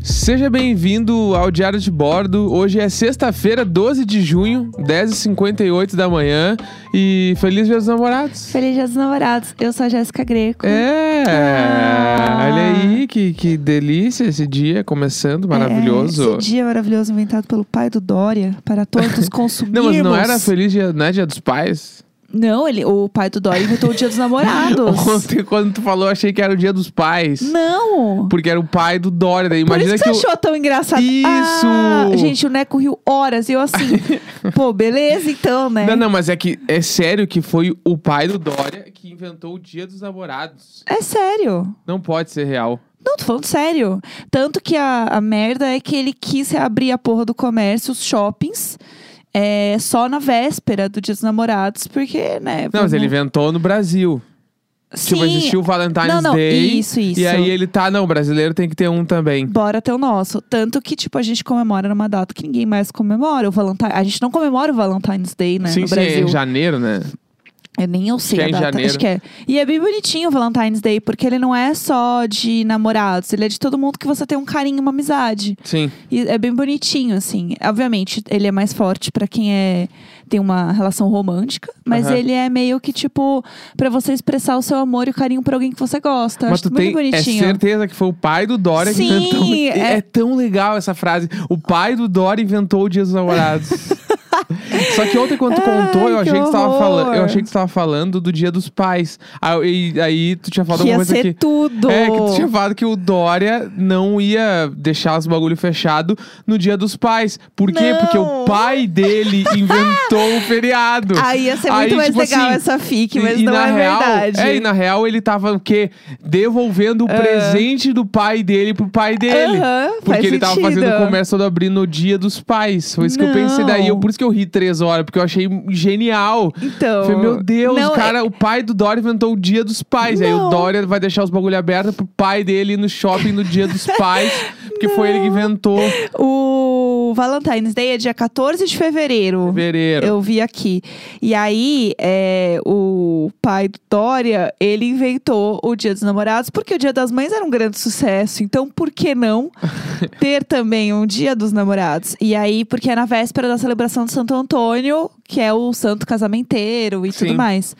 Seja bem-vindo ao Diário de Bordo. Hoje é sexta-feira, 12 de junho, 10h58 da manhã. E feliz dia dos namorados. Feliz Dia dos Namorados. Eu sou a Jéssica Greco. É! Ah. Olha aí, que, que delícia esse dia começando, maravilhoso. É, esse dia maravilhoso inventado pelo pai do Dória para todos consumirmos. não, mas não era feliz dia, não é dia dos pais? Não, ele, o pai do Dória inventou o Dia dos Namorados. Ontem, quando tu falou, eu achei que era o dia dos pais. não! Porque era o pai do Dória. Daí Por imagina isso que você o- achou tão engraçado. Isso! Ah, gente, o Neco riu horas e eu assim... pô, beleza então, né? Não, não, mas é que é sério que foi o pai do Dória que inventou o Dia dos Namorados. É sério. Não pode ser real. Não, tô falando sério. Tanto que a, a merda é que ele quis reabrir a porra do comércio, os shoppings... É, só na véspera do Dia dos Namorados, porque, Não, né? mas vamos- ele inventou no Brasil. Tipo, Sim, existiu o Valentine's Não, não, Day. isso, isso. Né, E aí ele tá, não, o brasileiro tem que ter um também. Bora ter o nosso. Tanto que, tipo, a gente comemora numa data que ninguém mais comemora. O Valentine... A gente não comemora o Valentine's Day, né? sim, no sim, Brasil. é em janeiro, né? Eu nem eu sei que é a em data. janeiro. Acho que é. E é bem bonitinho o Valentine's Day, porque ele não é só de namorados. Ele é de todo mundo que você tem um carinho, uma amizade. Sim. E é bem bonitinho, assim. Obviamente, ele é mais forte pra quem é tem uma relação romântica. Mas Aham. ele é meio que, tipo, pra você expressar o seu amor e o carinho por alguém que você gosta. Mas Então, Acho tu muito tem bonitinho. é certeza que foi o pai do Dória Sim, que inventou. é- tão legal essa frase. O pai do Dória inventou o Dia dos Namorados. Só que ontem, quando tu contou, Ai, eu que achei que, tu tava horror. falando, eu achei que tu tava falando do Dia dos Pais. Aí, e- aí tu tinha falado que ia alguma coisa ser aqui. tudo. É, que tu tinha falado que o Dória não ia deixar os bagulho fechado no dia dos pais. Por quê? Não. Porque o pai dele inventou o feriado. Aí ia ser muito Aí, mais tipo legal assim, essa fic, mas e, e não na é real, verdade. Ah. É, e na real ele tava o quê? Devolvendo o presente do pai dele pro pai dele. Aham, Porque faz ele tava sentido. fazendo o comércio todo abrir no dia dos pais. Foi isso que eu pensei. Não. Daí eu, por isso que eu ri três horas, porque eu achei genial. Então. Falei, meu Deus, não, cara, o pai do Dória inventou o dia dos pais. Aí o Não. Dória vai deixar os bagulho aberto pro pai dele ir no shopping no dia dos pais. Porque foi ele que inventou é- O Valentine's Day é dia 14 de fevereiro. fevereiro. Eu vi aqui. E aí, é, o pai do Dória, ele inventou o Dia dos Namorados, porque o Dia das Mães era um grande sucesso. Então, por que não ter também um Dia dos Namorados? E aí, porque é na véspera da celebração de Santo Antônio, que é o santo casamenteiro e Sim. tudo mais.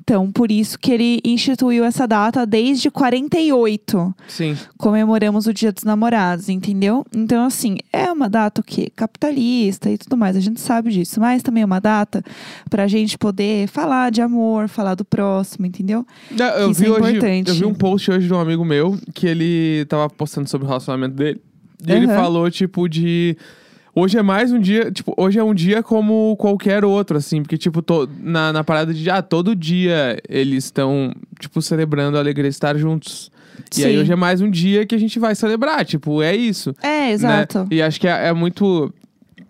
Então, por isso que ele instituiu essa data desde 48. Sim. Comemoramos o Dia dos Namorados, entendeu? Então, assim, é uma data o quê? Capitalista e tudo mais, a gente sabe disso. Mas também é uma data pra gente poder falar de amor, falar do próximo, entendeu? Não, eu Isso vi é hoje, importante. eu vi um post hoje de um amigo meu que ele tava postando sobre o relacionamento dele. E ele Aham. falou tipo de Hoje é mais um dia, tipo, hoje é um dia como qualquer outro, assim, porque, tipo, to- na, na parada de, ah, todo dia eles estão, tipo, celebrando a alegria de estar juntos. E aí Sim. hoje é mais um dia que a gente vai celebrar, tipo, é isso. É, né? exato. E acho que é, é muito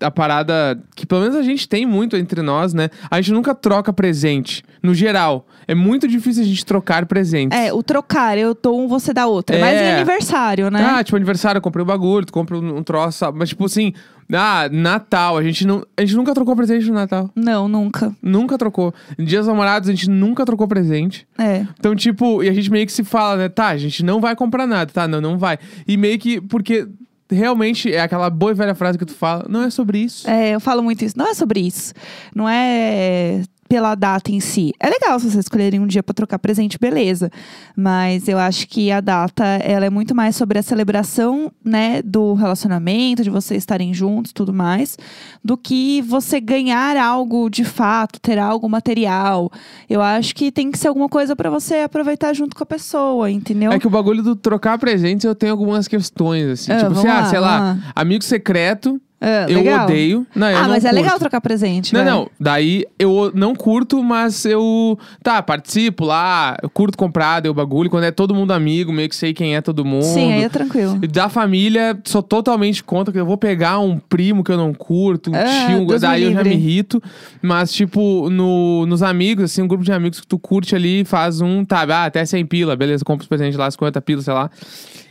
a parada que pelo menos a gente tem muito entre nós, né? A gente nunca troca presente, no geral. É muito difícil a gente trocar presentes. É, o trocar, eu dou um, você dá outro. É. Mas em aniversário, né? Ah, tipo, aniversário, eu comprei um bagulho, tu compra um, um troço, sabe? mas tipo assim, ah, Natal, a gente, não, a gente nunca trocou presente no Natal. Não, nunca. Nunca trocou. Em Dias dos Namorados, a gente nunca trocou presente. É. Então, tipo, e a gente meio que se fala, né? Tá, a gente não vai comprar nada, tá? Não, não vai. E meio que, porque realmente é aquela boa e velha frase que tu fala, não é sobre isso. É, eu falo muito isso. Não é sobre isso. Não é pela data em si. É legal se vocês escolherem um dia pra trocar presente, beleza. Mas eu acho que a data, ela é muito mais sobre a celebração, né, do relacionamento, de vocês estarem juntos, tudo mais, do que você ganhar algo de fato, ter algo material. Eu acho que tem que ser alguma coisa pra você aproveitar junto com a pessoa, entendeu? É que o bagulho do trocar presentes eu tenho algumas questões, assim. Ah, tipo assim, vamos ah, lá, sei lá, vamos amigo secreto, É, eu legal. odeio. Não, eu ah, não mas é curto. legal trocar presente, Não, né? vai. não. Daí eu o- não curto, mas eu. Tá, participo lá, eu curto comprar, deu bagulho. Quando é todo mundo amigo, meio que sei quem é todo mundo. Sim, aí é tranquilo. E Da família, sou totalmente contra que eu vou pegar um primo que eu não curto, um Ah, tio, um- Deus me daí eu já me livre. irrito. Mas, tipo, no, nos amigos, assim, um grupo de amigos que tu curte ali, faz um, tá, ah, até 100 pila, beleza, compra os presentes lá, 50 pila, sei lá.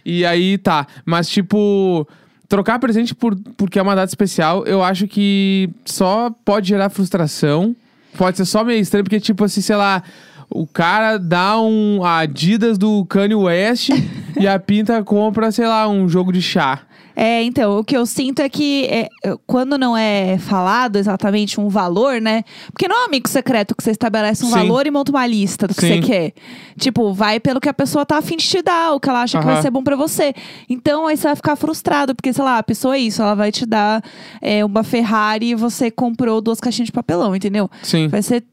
E aí tá, mas tipo, trocar presente por, porque é uma data especial, eu acho que só pode gerar frustração. Pode ser só meio estranho, porque tipo assim, sei lá, o cara dá um a Adidas do Kanye West e a pinta compra, sei lá, um jogo de chá. É, então, o que eu sinto é que é, quando não é falado exatamente um valor, né? Porque não é um amigo secreto que você estabelece um Sim. valor e monta uma lista do que Sim. você quer. Tipo, vai pelo que a pessoa tá afim de te dar, o que ela acha que vai Aham. ser bom pra você. Então, aí você vai ficar frustrado, porque, sei lá, a pessoa é isso, ela vai te dar é, uma Ferrari e você comprou duas caixinhas de papelão, entendeu? Sim. Vai ser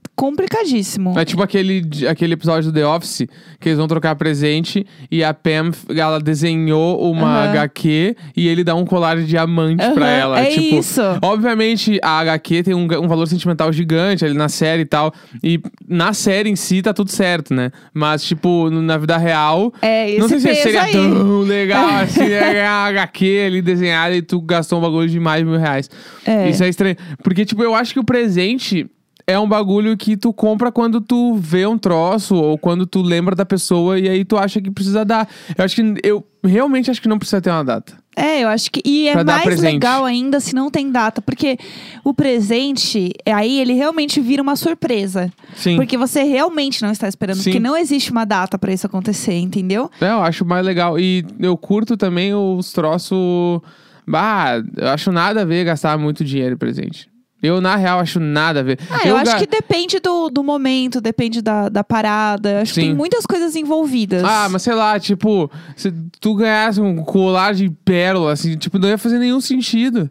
complicadíssimo. É tipo aquele, aquele episódio do The Office que eles vão trocar presente e a Pam, ela desenhou uma Aham. HQ e ele dá um colar de diamante pra Aham, ela. é tipo, isso. Obviamente, a HQ tem um, ga- um valor sentimental gigante ali na série e tal. E na série em si tá tudo certo, né? Mas, tipo, no- na vida real. É, esse não sei se peso seria aí. tão legal assim, né? ganhar a HQ ali desenhada e tu gastou um bagulho de mais de mil reais. É. Isso é estranho. Porque, tipo, eu acho que o presente é um bagulho que tu compra quando tu vê um troço ou quando tu lembra da pessoa e aí tu acha que precisa dar. Eu acho que. Eu realmente acho que não precisa ter uma data. É, eu acho que. E Pra é dar mais presente. legal ainda se não tem data, porque o presente, aí ele realmente vira uma surpresa. Sim. Porque você realmente não está esperando, Sim. porque não existe uma data pra isso acontecer, entendeu? É, eu acho mais legal. E eu curto também os troços. Bah, eu acho nada a ver gastar muito dinheiro em presente. Eu, na real, acho nada a ver. Ah, eu, acho ga- que depende do, do momento, depende da, da parada. Eu Acho que Sim. tem muitas coisas envolvidas. Ah, mas sei lá, tipo, se tu ganhasse um colar de pérola, assim, tipo, não ia fazer nenhum sentido.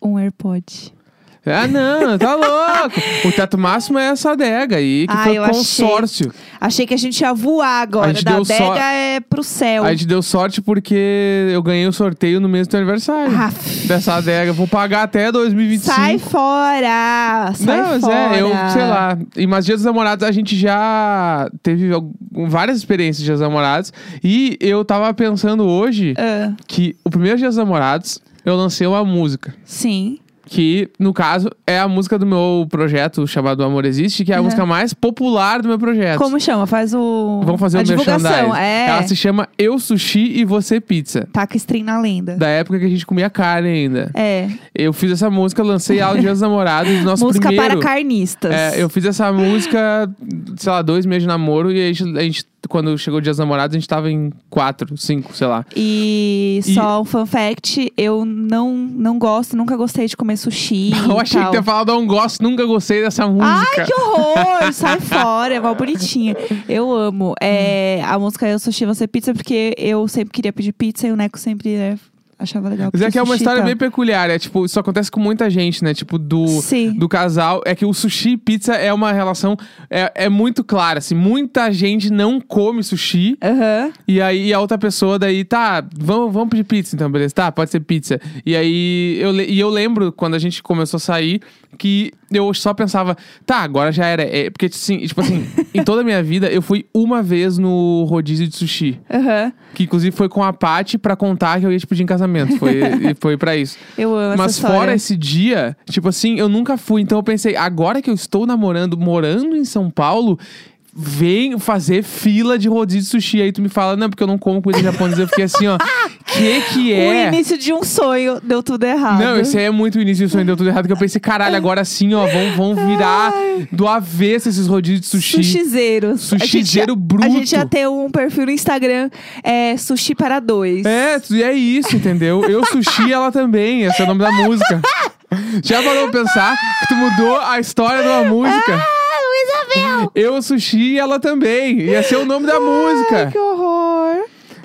Um AirPod. Ah, não, tá louco. O teto máximo é essa adega aí, que Ah, foi eu achei. consórcio. Achei que a gente ia voar agora. gente Da deu só- adega é pro céu. A gente deu sorte porque eu ganhei o sorteio no mês do teu aniversário. Ah, Dessa adega. Vou pagar até 2025. sai fora! Sai Não, mas fora! é, eu, sei lá. E mas Dia dos Namorados, a gente já teve algum- várias experiências de Dia dos Namorados. E eu tava pensando hoje Ah, que o primeiro Dia dos Namorados, eu lancei uma música. sim. Que, no caso, é a música do meu projeto chamado Amor Existe, que é a Uhum. música mais popular do meu projeto. Como chama? Faz o. Vamos fazer a o divulgação. merchandising. É. Ela se chama Eu Sushi e Você Pizza. Taca stream na lenda. Da época que a gente comia carne ainda. É. Eu fiz essa música, lancei ela no Dia dos Namorados, nosso Música primeiro. para carnistas. É, eu fiz essa música, sei lá, dois meses de namoro e a gente, a gente- quando chegou o dia dos namorados, a gente tava em quatro, cinco, sei lá. E só um fun fact: eu não, não gosto, nunca gostei de comer sushi. Eu e achei que tal. tu ia falar, não gosto, nunca gostei dessa música. Ai, que horror! Sai fora, é mal bonitinha. Eu amo. É, a música Eu Sushi Você Pizza, porque eu sempre queria pedir pizza e o Neco sempre né, achava legal. Mas é pedir que é uma sushi tá. e história tal. bem peculiar, é tipo, isso acontece com muita gente, né? Tipo, do, Sim. do casal. É que o sushi e pizza é uma relação, é, é muito clara, assim, muita gente não come sushi. Aham. E aí a outra pessoa daí, tá, vamos, vamos pedir pizza então, beleza? Tá, pode ser pizza. E aí eu, le- e eu lembro quando a gente começou a sair que eu só pensava, tá, agora já era. É, porque assim, tipo assim, em toda a minha vida eu fui uma vez no rodízio de sushi. Aham. Que inclusive foi com a Paty pra contar que eu ia te pedir em casamento. Foi, e foi pra isso. Eu amo Mas essa história. fora esse dia, tipo assim, eu nunca fui. Então eu pensei, agora que eu estou namorando, morando em São Paulo, vem fazer fila de rodízio de sushi. Aí tu me fala, não, porque eu não como comida japonesa. Eu fiquei assim, ó, que que O é? início de um sonho deu tudo errado. Não, esse aí é muito o início do sonho, deu tudo errado. Que eu pensei, caralho, agora sim, ó, vão, vão virar do avesso esses rodízios de um sushi. Sushizeiro. Sushizeiro bruto. A gente já tem um perfil no Instagram, é Sushi para Dois. É, tu- é isso, entendeu? Eu sushi, ela também. Esse é o nome da música. Já parou pra pensar que tu mudou a história de uma música? Ah, Luísa Eu sushi e ela também. Ia ser o nome da música. Que horror.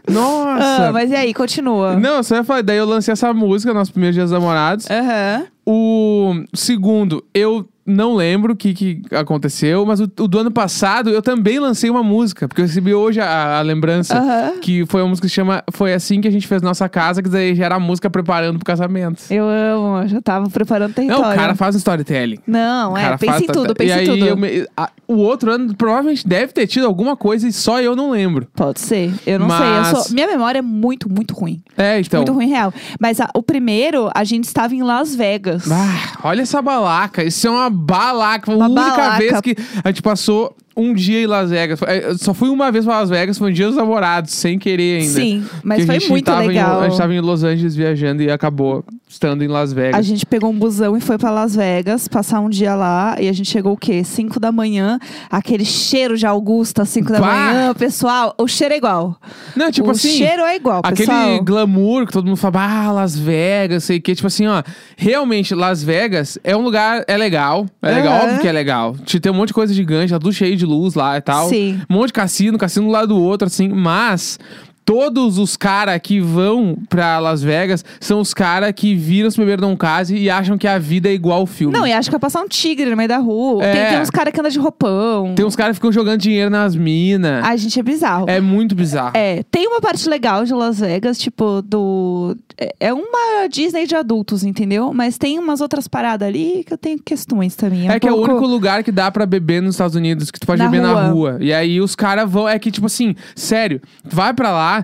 Nossa. Ah, mas e aí, continua. Não, eu só ia falar. Daí eu lancei essa música, Nossos Primeiros Dias Namorados. Aham. O segundo, eu não lembro o que, que aconteceu, mas o, o do ano passado eu também lancei uma música, porque eu recebi hoje a, a lembrança. Aham. Que foi uma música que chama Foi Assim que a gente fez nossa casa, que daí já era a música preparando pro casamento. Eu amo, eu já tava preparando o Não, território. o cara faz um storytelling. Não, O é, cara pensa faz- em tudo, pensa e em tudo. Aí eu me- a- o outro ano provavelmente deve ter tido alguma coisa e só eu não lembro. Pode ser, eu não Mas- sei. eu sou- Minha memória é muito, muito ruim. É, então. Muito ruim, real. Mas a- o primeiro, a gente estava em Las Vegas. Ah, olha essa balaca. Isso é uma balaca. Uma a única balaca. vez que a gente passou um dia em Las Vegas. É, eu Só fui uma vez pra Las Vegas, foi um dia dos namorados, sem querer ainda. Sim, Porque mas a foi gente muito tava em- legal. a gente tava em Los Angeles viajando e acabou estando em Las Vegas. A gente pegou um busão e foi pra Las Vegas, passar um dia lá. E a gente chegou o quê? 5 da manhã. Aquele cheiro de Augusta, 5 da Bah! manhã. Pessoal, o cheiro é igual. Não, tipo o assim. cheiro é igual, Aquele pessoal. glamour que todo mundo fala, ah, Las Vegas, sei o que. Tipo assim, ó, realmente, Las Vegas é um lugar, é legal. É legal, Aham. óbvio que é legal. Te- Tem um monte de coisa gigante, tá tudo cheio de luz lá e tal. Sim. Um monte de cassino, cassino do lado do outro, assim, mas. Todos os caras que vão pra Las Vegas são os caras que viram se beber não case e acham que a vida é igual ao filme. Não, e acho que vai passar um tigre no meio da rua. É. Tem, tem uns caras que andam de roupão. Tem uns caras que ficam jogando dinheiro nas minas. A gente é bizarro. É muito bizarro. É, tem uma parte legal de Las Vegas, tipo, do. é- É uma Disney de adultos, entendeu? Mas tem umas outras paradas ali que eu tenho questões também. É um que é o pouco- único lugar que dá pra beber nos Estados Unidos, que tu pode Na beber na rua. rua. E aí os caras vão. É que, tipo assim, sério, tu vai pra lá.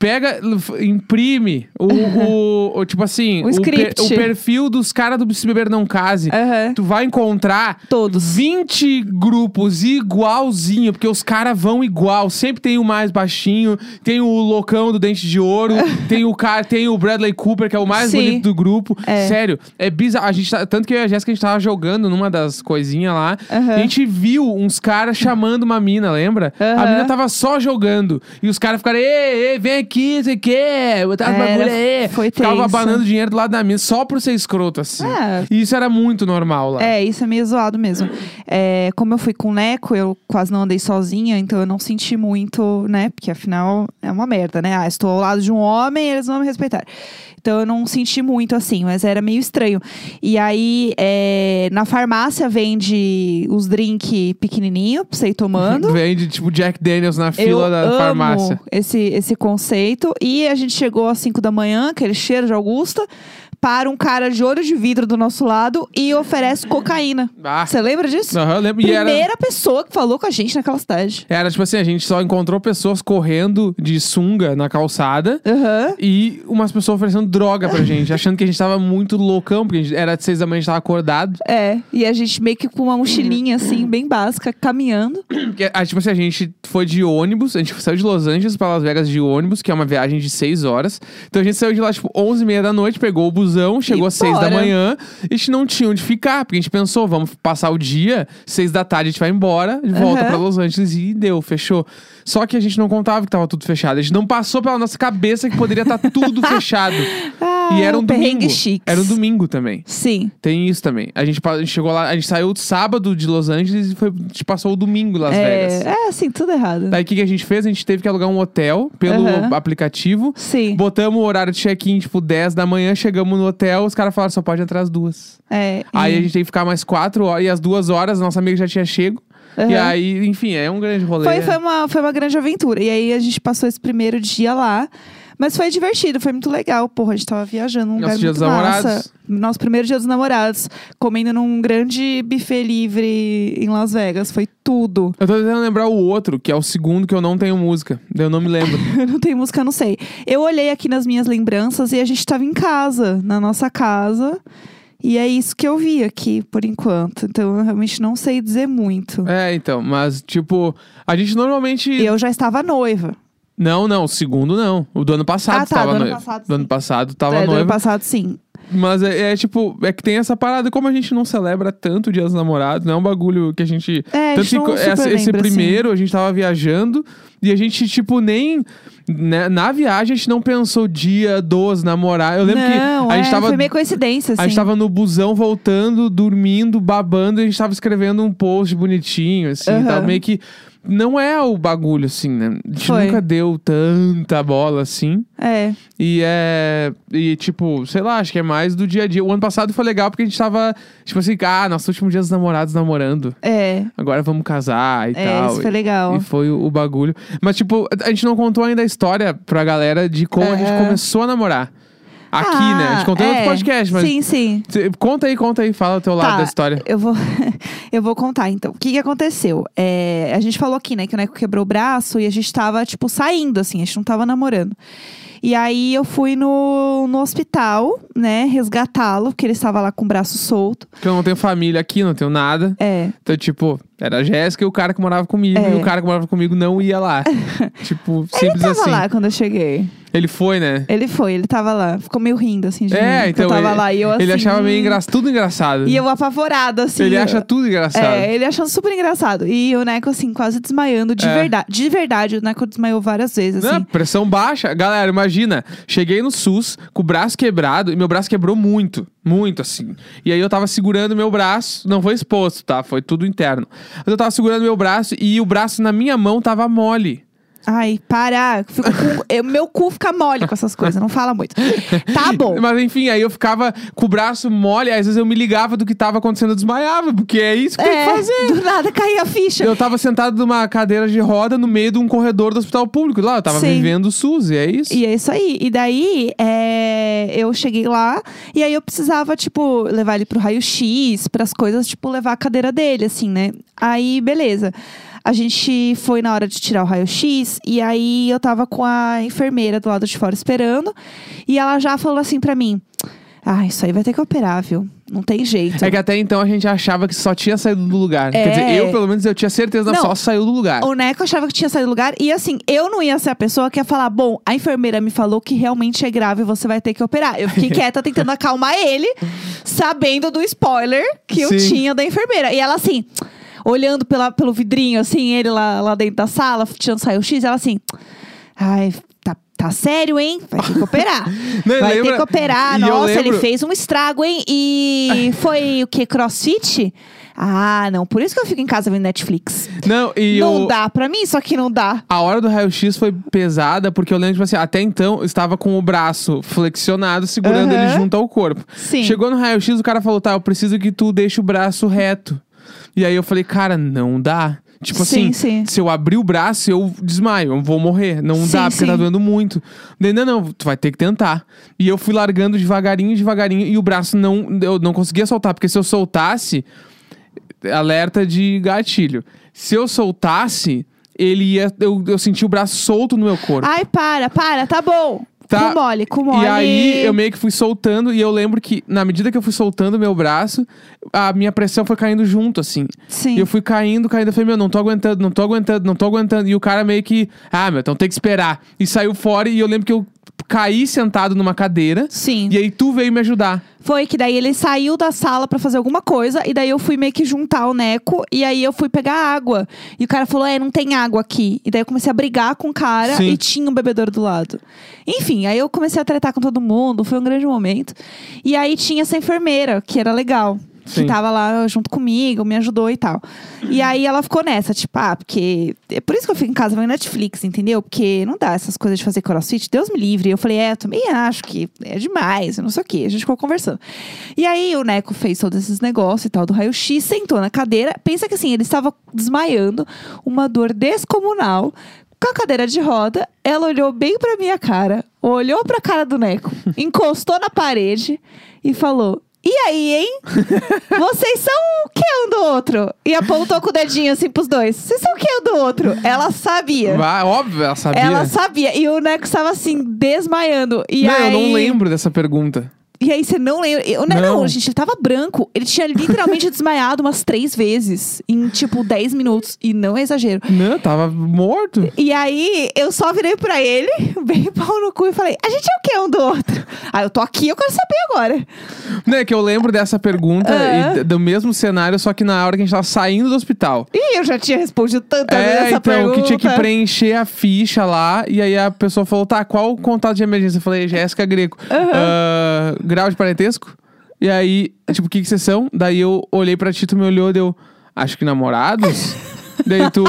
Pega, f- imprime o, o- o- tipo assim, O pe- script. o perfil dos caras do Se Beber Não Case. Aham. Tu vai encontrar Todos. 20 grupos igualzinho, porque os caras vão igual. Sempre tem o mais baixinho, tem o loucão do dente de ouro, tem o cara, tem o Bradley Cooper, que é o mais Sim. bonito do grupo. É. Sério, é bizarro. A gente tá- tanto que eu e a Jéssica a gente tava jogando numa das coisinhas lá. Aham. A gente viu uns caras chamando uma mina, lembra? A Aham. mina tava só jogando. E os caras ficaram, ei, ei, vem aqui, você quer? Botar É, Era- bagulho aí. foi Ficava tenso. abanando dinheiro do lado da mina, só pra ser escroto assim. É. E isso era muito normal lá. É, isso é meio zoado mesmo. É, como eu fui com o Neco, eu quase não andei sozinha, então eu não senti muito, né? Porque afinal é uma merda, né? Ah, estou ao lado de um homem, eles vão me respeitar. Então eu não senti muito assim, mas era meio estranho. E aí, é, na farmácia vende os drinks pequenininho pra você ir tomando. Vende, tipo, Jack Daniels na Eu fila da amo farmácia. Esse, esse conceito. E a gente chegou às 5 da manhã, aquele cheiro de Augusta, para um cara de olho de vidro do nosso lado e oferece cocaína. Ah, Você lembra disso? aham, eu lembro. E Primeira era, pessoa que falou com a gente naquela cidade. era, tipo assim, a gente só encontrou pessoas correndo de sunga na calçada. Aham. E umas pessoas oferecendo droga pra gente, achando que a gente tava muito loucão, porque a gente, era de seis da manhã, a gente tava acordado. É, e a gente meio que com uma mochilinha assim, bem básica, caminhando. Porque, ah, tipo assim, a gente foi de ônibus, a gente saiu de Los Angeles pra Las Vegas de ônibus, que é uma viagem de seis horas. Então a gente saiu de lá, tipo, onze e meia da noite, pegou o busão, chegou às seis da bora. manhã. E a gente não tinha onde ficar, porque a gente pensou, vamos passar o dia, seis da tarde a gente vai embora, de volta Aham. pra Los Angeles e deu, fechou. Só que a gente não contava que tava tudo fechado. A gente não passou pela nossa cabeça que poderia estar tudo fechado. Ah, E era um perrengue domingo. chiques. Era um domingo também. Sim. Tem isso também. A gente, pa- a gente chegou lá, a gente saiu sábado de Los Angeles e foi, a gente passou o domingo em Las Vegas. Tá é, é, assim, tudo errado. Daí o que, que a gente fez? A gente teve que alugar um hotel pelo Aham. aplicativo. Sim. Botamos o horário de check-in, tipo, 10 da manhã, chegamos no hotel, os caras falaram, só pode entrar às duas. É, Aí e- a gente tem que ficar mais quatro horas, e às duas horas, nossa amiga já tinha chego. E Aham. aí, enfim, é um grande rolê. Foi, foi, uma, foi uma grande aventura. E aí a gente passou esse primeiro dia lá. Mas foi divertido, foi muito legal. Porra, a gente tava viajando num Nosso lugar dia muito dos massa. namorados. Nosso primeiro dia dos namorados. Comendo num grande buffet livre em Las Vegas. Foi tudo. Eu tô tentando lembrar o outro, que é o segundo que eu não tenho música. Daí Eu não me lembro. não tem música, eu não sei. Eu olhei aqui nas minhas lembranças e a gente tava em casa, na nossa casa. E é isso que eu vi aqui, por enquanto. Então eu realmente não sei dizer muito. é, então, mas, tipo, a gente normalmente. E eu já estava noiva. Não, não, o segundo não. O do ano passado Ah, tá, tava do ano noivo. passado, do ano sim. passado tava é, do ano noivo. passado, sim. Mas é, é tipo, é que tem essa parada, como a gente não celebra tanto o Dia dos Namorados, não é um bagulho que a gente. É, a tanto gente não que super essa- esse lembra, assim. primeiro a gente tava viajando e a gente, tipo, nem. né, na viagem a gente não pensou dia dos namorados. Eu lembro não, que a gente é, tava. foi meio coincidência, assim. A gente tava no busão voltando, dormindo, babando, e a gente tava escrevendo um post bonitinho, assim, Aham. tal. meio que. Não é o bagulho, assim, né? A gente Foi. nunca deu tanta bola assim. É, E é. E, tipo, sei lá, acho que é mais do dia a dia. O ano passado foi legal porque a gente tava, tipo assim, ah, nosso último dia dos namorados namorando. é. Agora vamos casar e É, tal. isso foi E- legal. E foi o, o bagulho. Mas, tipo, a- a gente não contou ainda a história pra galera de como a gente Aham. começou a namorar. Aqui, Ah, né? A gente contou no outro é. podcast, mas. Sim, sim. Cê- Conta aí, conta aí, fala o teu lado Tá. da história. Eu vou, eu vou contar, então. O que, que aconteceu? É, a gente falou aqui, né, que o Neco quebrou o braço e a gente tava, tipo, saindo, assim, a gente não tava namorando. E aí eu fui no, no hospital, né, resgatá-lo, porque ele estava lá com o braço solto. Porque eu não tenho família aqui, não tenho nada. É, Então, tipo, era a Jéssica e o cara que morava comigo. E o cara que morava comigo não ia lá. tipo, ele simples tava assim. lá quando eu cheguei. Ele foi, né? Ele foi, ele tava lá. Ficou meio rindo, assim, de mim, É, que então. eu tava ele, lá e eu assim... ele achava meio engra... tudo engraçado. E eu apavorada, assim. ele acha tudo engraçado. É, ele achando super engraçado. E o Neco, assim, quase desmaiando de É. verdade. De verdade, o Neco desmaiou várias vezes, Não, assim. pressão baixa. Galera, imagina. Cheguei no SUS com o braço quebrado e meu braço quebrou muito. Muito, assim. E aí eu tava segurando meu braço. Não foi exposto, tá? Foi tudo interno. Mas eu tava segurando meu braço e o braço na minha mão tava mole. Ai, para. Fico com- eu- meu cu fica mole com essas coisas, não fala muito. Tá bom. Mas enfim, aí eu ficava com o braço mole. Aí às vezes eu me ligava do que tava acontecendo, eu desmaiava. Porque é isso que tem É, que fazer. do nada caía a ficha. Eu tava sentado numa cadeira de roda no meio de um corredor do hospital público. Lá, eu tava Sim. vivendo o SUS, e é isso. E é isso aí. E daí, é, eu cheguei lá e aí eu precisava, tipo, levar ele pro raio-x, pras coisas, tipo, levar a cadeira dele, assim, né? Aí, beleza. A gente foi na hora de tirar o raio-x e aí eu tava com a enfermeira do lado de fora esperando e ela já falou assim pra mim: Ah, isso aí vai ter que operar, viu? Não tem jeito. É que até então a gente achava que só tinha saído do lugar. Quer dizer, eu pelo menos eu tinha certeza, É. Não. só saiu do lugar. O Neco achava que tinha saído do lugar. E assim, eu não ia ser a pessoa que ia falar: bom, a enfermeira me falou que realmente é grave, você vai ter que operar. Eu fiquei quieta tentando acalmar ele, sabendo do spoiler que eu Sim. tinha da enfermeira. E ela assim, olhando pela, pelo vidrinho, assim, ele lá, lá dentro da sala, tirando saiu X, ela assim. Ai, tá. Tá sério, hein? Vai ter que operar. Não, e Vai ter lembra- que operar. e eu Nossa, ele lembro- fez um estrago, hein? E foi o quê? Crossfit? Ah, não. Por isso que eu fico em casa vendo Netflix. Não, e Não o- dá, pra mim isso aqui não dá. A hora do raio-x foi pesada, porque eu lembro, tipo assim, até então eu estava com o braço flexionado, segurando Aham. ele junto ao corpo. Sim. Chegou no raio-x, o cara falou: tá, eu preciso que tu deixe o braço reto. E aí eu falei, cara, não dá. Tipo Sim, assim, sim. se eu abrir o braço, eu desmaio, eu vou morrer. Não Sim, dá, porque tá sim. doendo muito. Daí, não, não, tu vai ter que tentar. E eu fui largando devagarinho, devagarinho, e o braço não. Eu não conseguia soltar, porque se eu soltasse, alerta de gatilho. Se eu soltasse, ele ia. Eu, eu senti o braço solto no meu corpo. Ai, para, para, tá bom. Tá. Com mole, com mole. E aí eu meio que fui soltando, e eu lembro que, na medida que eu fui soltando o meu braço, a minha pressão foi caindo junto, assim. Sim. E eu fui caindo, caindo. Eu falei, meu, não tô aguentando, não tô aguentando, não tô aguentando. E o cara meio que, ah, meu, então tem que esperar. E saiu fora, e eu lembro que eu caí sentado numa cadeira. Sim. E aí tu veio me ajudar. Foi que daí ele saiu da sala pra fazer alguma coisa e daí eu fui meio que juntar o neco e aí eu fui pegar água. E o cara falou: "É, não tem água aqui". E daí eu comecei a brigar com o cara Sim. e tinha um bebedouro do lado. Enfim, aí eu comecei a tretar com todo mundo, foi um grande momento. E aí tinha essa enfermeira, que era legal. Que Sim. tava lá junto comigo, me ajudou e tal. E aí ela ficou nessa, tipo, ah, porque. É por isso que eu fico em casa vendo Netflix, entendeu? Porque não dá essas coisas de fazer crossfit, Deus me livre. Eu falei, é, eu também acho que é demais, eu não sei o quê. A gente ficou conversando. E aí o Neco fez todos esses negócios e tal do raio-x, sentou na cadeira. Pensa que assim, ele estava desmaiando, uma dor descomunal. Com a cadeira de roda, ela olhou bem pra minha cara, olhou pra cara do Neco, encostou na parede e falou: E aí, hein? Vocês são o que um do outro? E apontou com o dedinho assim pros dois. Vocês são o que um do outro? Ela sabia. Ah, óbvio, ela sabia. É. Ela sabia. E o Neco estava assim, desmaiando. E não, aí... eu não lembro dessa pergunta. E aí você não lembra. Eu, não, Não. não, gente, ele tava branco. Ele tinha literalmente desmaiado umas três vezes em tipo 10 minutos. E não é exagero. Não, eu tava morto. E aí, eu só virei pra ele, bem pau no cu, e falei: A gente é o que um do outro? Ah, eu tô aqui, eu quero saber agora. Não, é que eu lembro dessa pergunta Ah. e d- do mesmo cenário, só que na hora que a gente tava saindo do hospital. E eu já tinha respondido tanta vez É, Tá essa então, pergunta. que tinha que preencher a ficha lá, e aí a pessoa falou, tá, qual o contato de emergência? Eu falei, Jéssica Greco. Ah, grau de parentesco? E aí, tipo, o que que vocês são? Daí eu olhei pra ti, tu me olhou, deu, acho que namorados? Daí tu,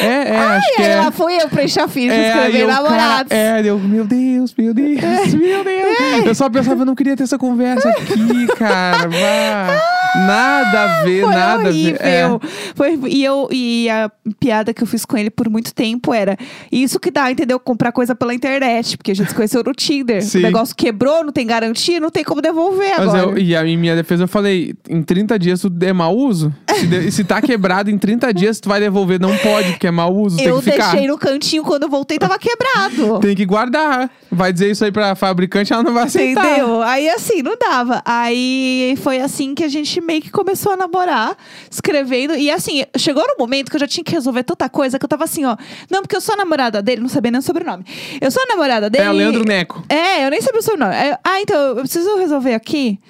é, é, acho que E aí, é. lá fui eu preencher a ficha, É, aí escrever eu, cara, namorados. É. é, deu, meu Deus, meu Deus, meu Deus. Eu só pensava, eu não queria ter essa conversa aqui, cara. vá. Nada a ver, Foi nada horrível. a ver. É. Foi, e, eu, e a piada que eu fiz com ele por muito tempo era: isso que dá, entendeu? Comprar coisa pela internet, porque a gente se conheceu no Tinder. Sim. O negócio quebrou, não tem garantia, não tem como devolver Mas agora. eu, e a, em minha defesa eu falei, em 30 dias tu é mau uso. Se, de- se tá quebrado em 30 dias, tu vai devolver. Não pode, porque é mau uso. Eu tem que ficar. deixei no cantinho, quando eu voltei, tava quebrado. Tem que guardar. Vai dizer isso aí tá? pra fabricante, ela não vai aceitar. Entendeu? Aí assim, não dava. Aí foi assim que a gente meio que começou a namorar, escrevendo. E assim, chegou no momento que eu já tinha que resolver tanta coisa que eu tava assim, ó. Não, porque eu sou a namorada dele, não sabia nem o sobrenome. Eu sou a namorada dele. É o Leandro Neco. É, eu nem sabia o sobrenome. Aí eu, Ah, então, eu preciso resolver aqui.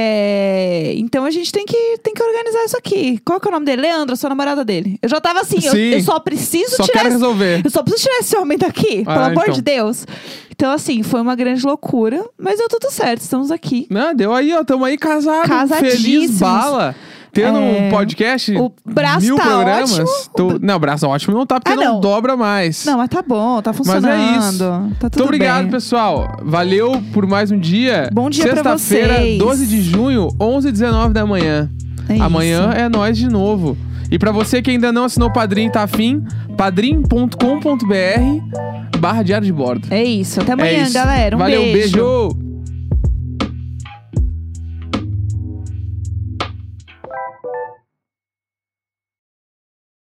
É, então a gente tem que, tem que organizar isso aqui. Qual que é o nome dele? Leandro, eu sou a namorada dele. Eu já tava assim, eu, Sim. eu só preciso Só tirar quero esse- resolver. eu só preciso tirar esse homem daqui, Ah, pelo amor então. de Deus. Então, assim, foi uma grande loucura, mas deu tudo certo, estamos aqui. Não, deu aí, ó. Tamo aí casado. Casadíssimos. Feliz bala. Tendo um É, podcast. o braço mil tá programas. ótimo, Tô- Não, braço ótimo não tá, porque Ah, não. não. dobra mais. Não, mas tá bom, tá Mas funcionando. é isso. Tá tudo Muito obrigado, bem. pessoal. Valeu por mais um dia. Bom dia pra Sexta-feira, vocês. 12 de junho, 11h19 da manhã. É Amanhã isso. é nós de novo. E pra você que ainda não assinou o Padrim, e tá afim? padrim.com.br barra diário de bordo. É isso. Até é amanhã, isso. galera. Um Valeu, beijo.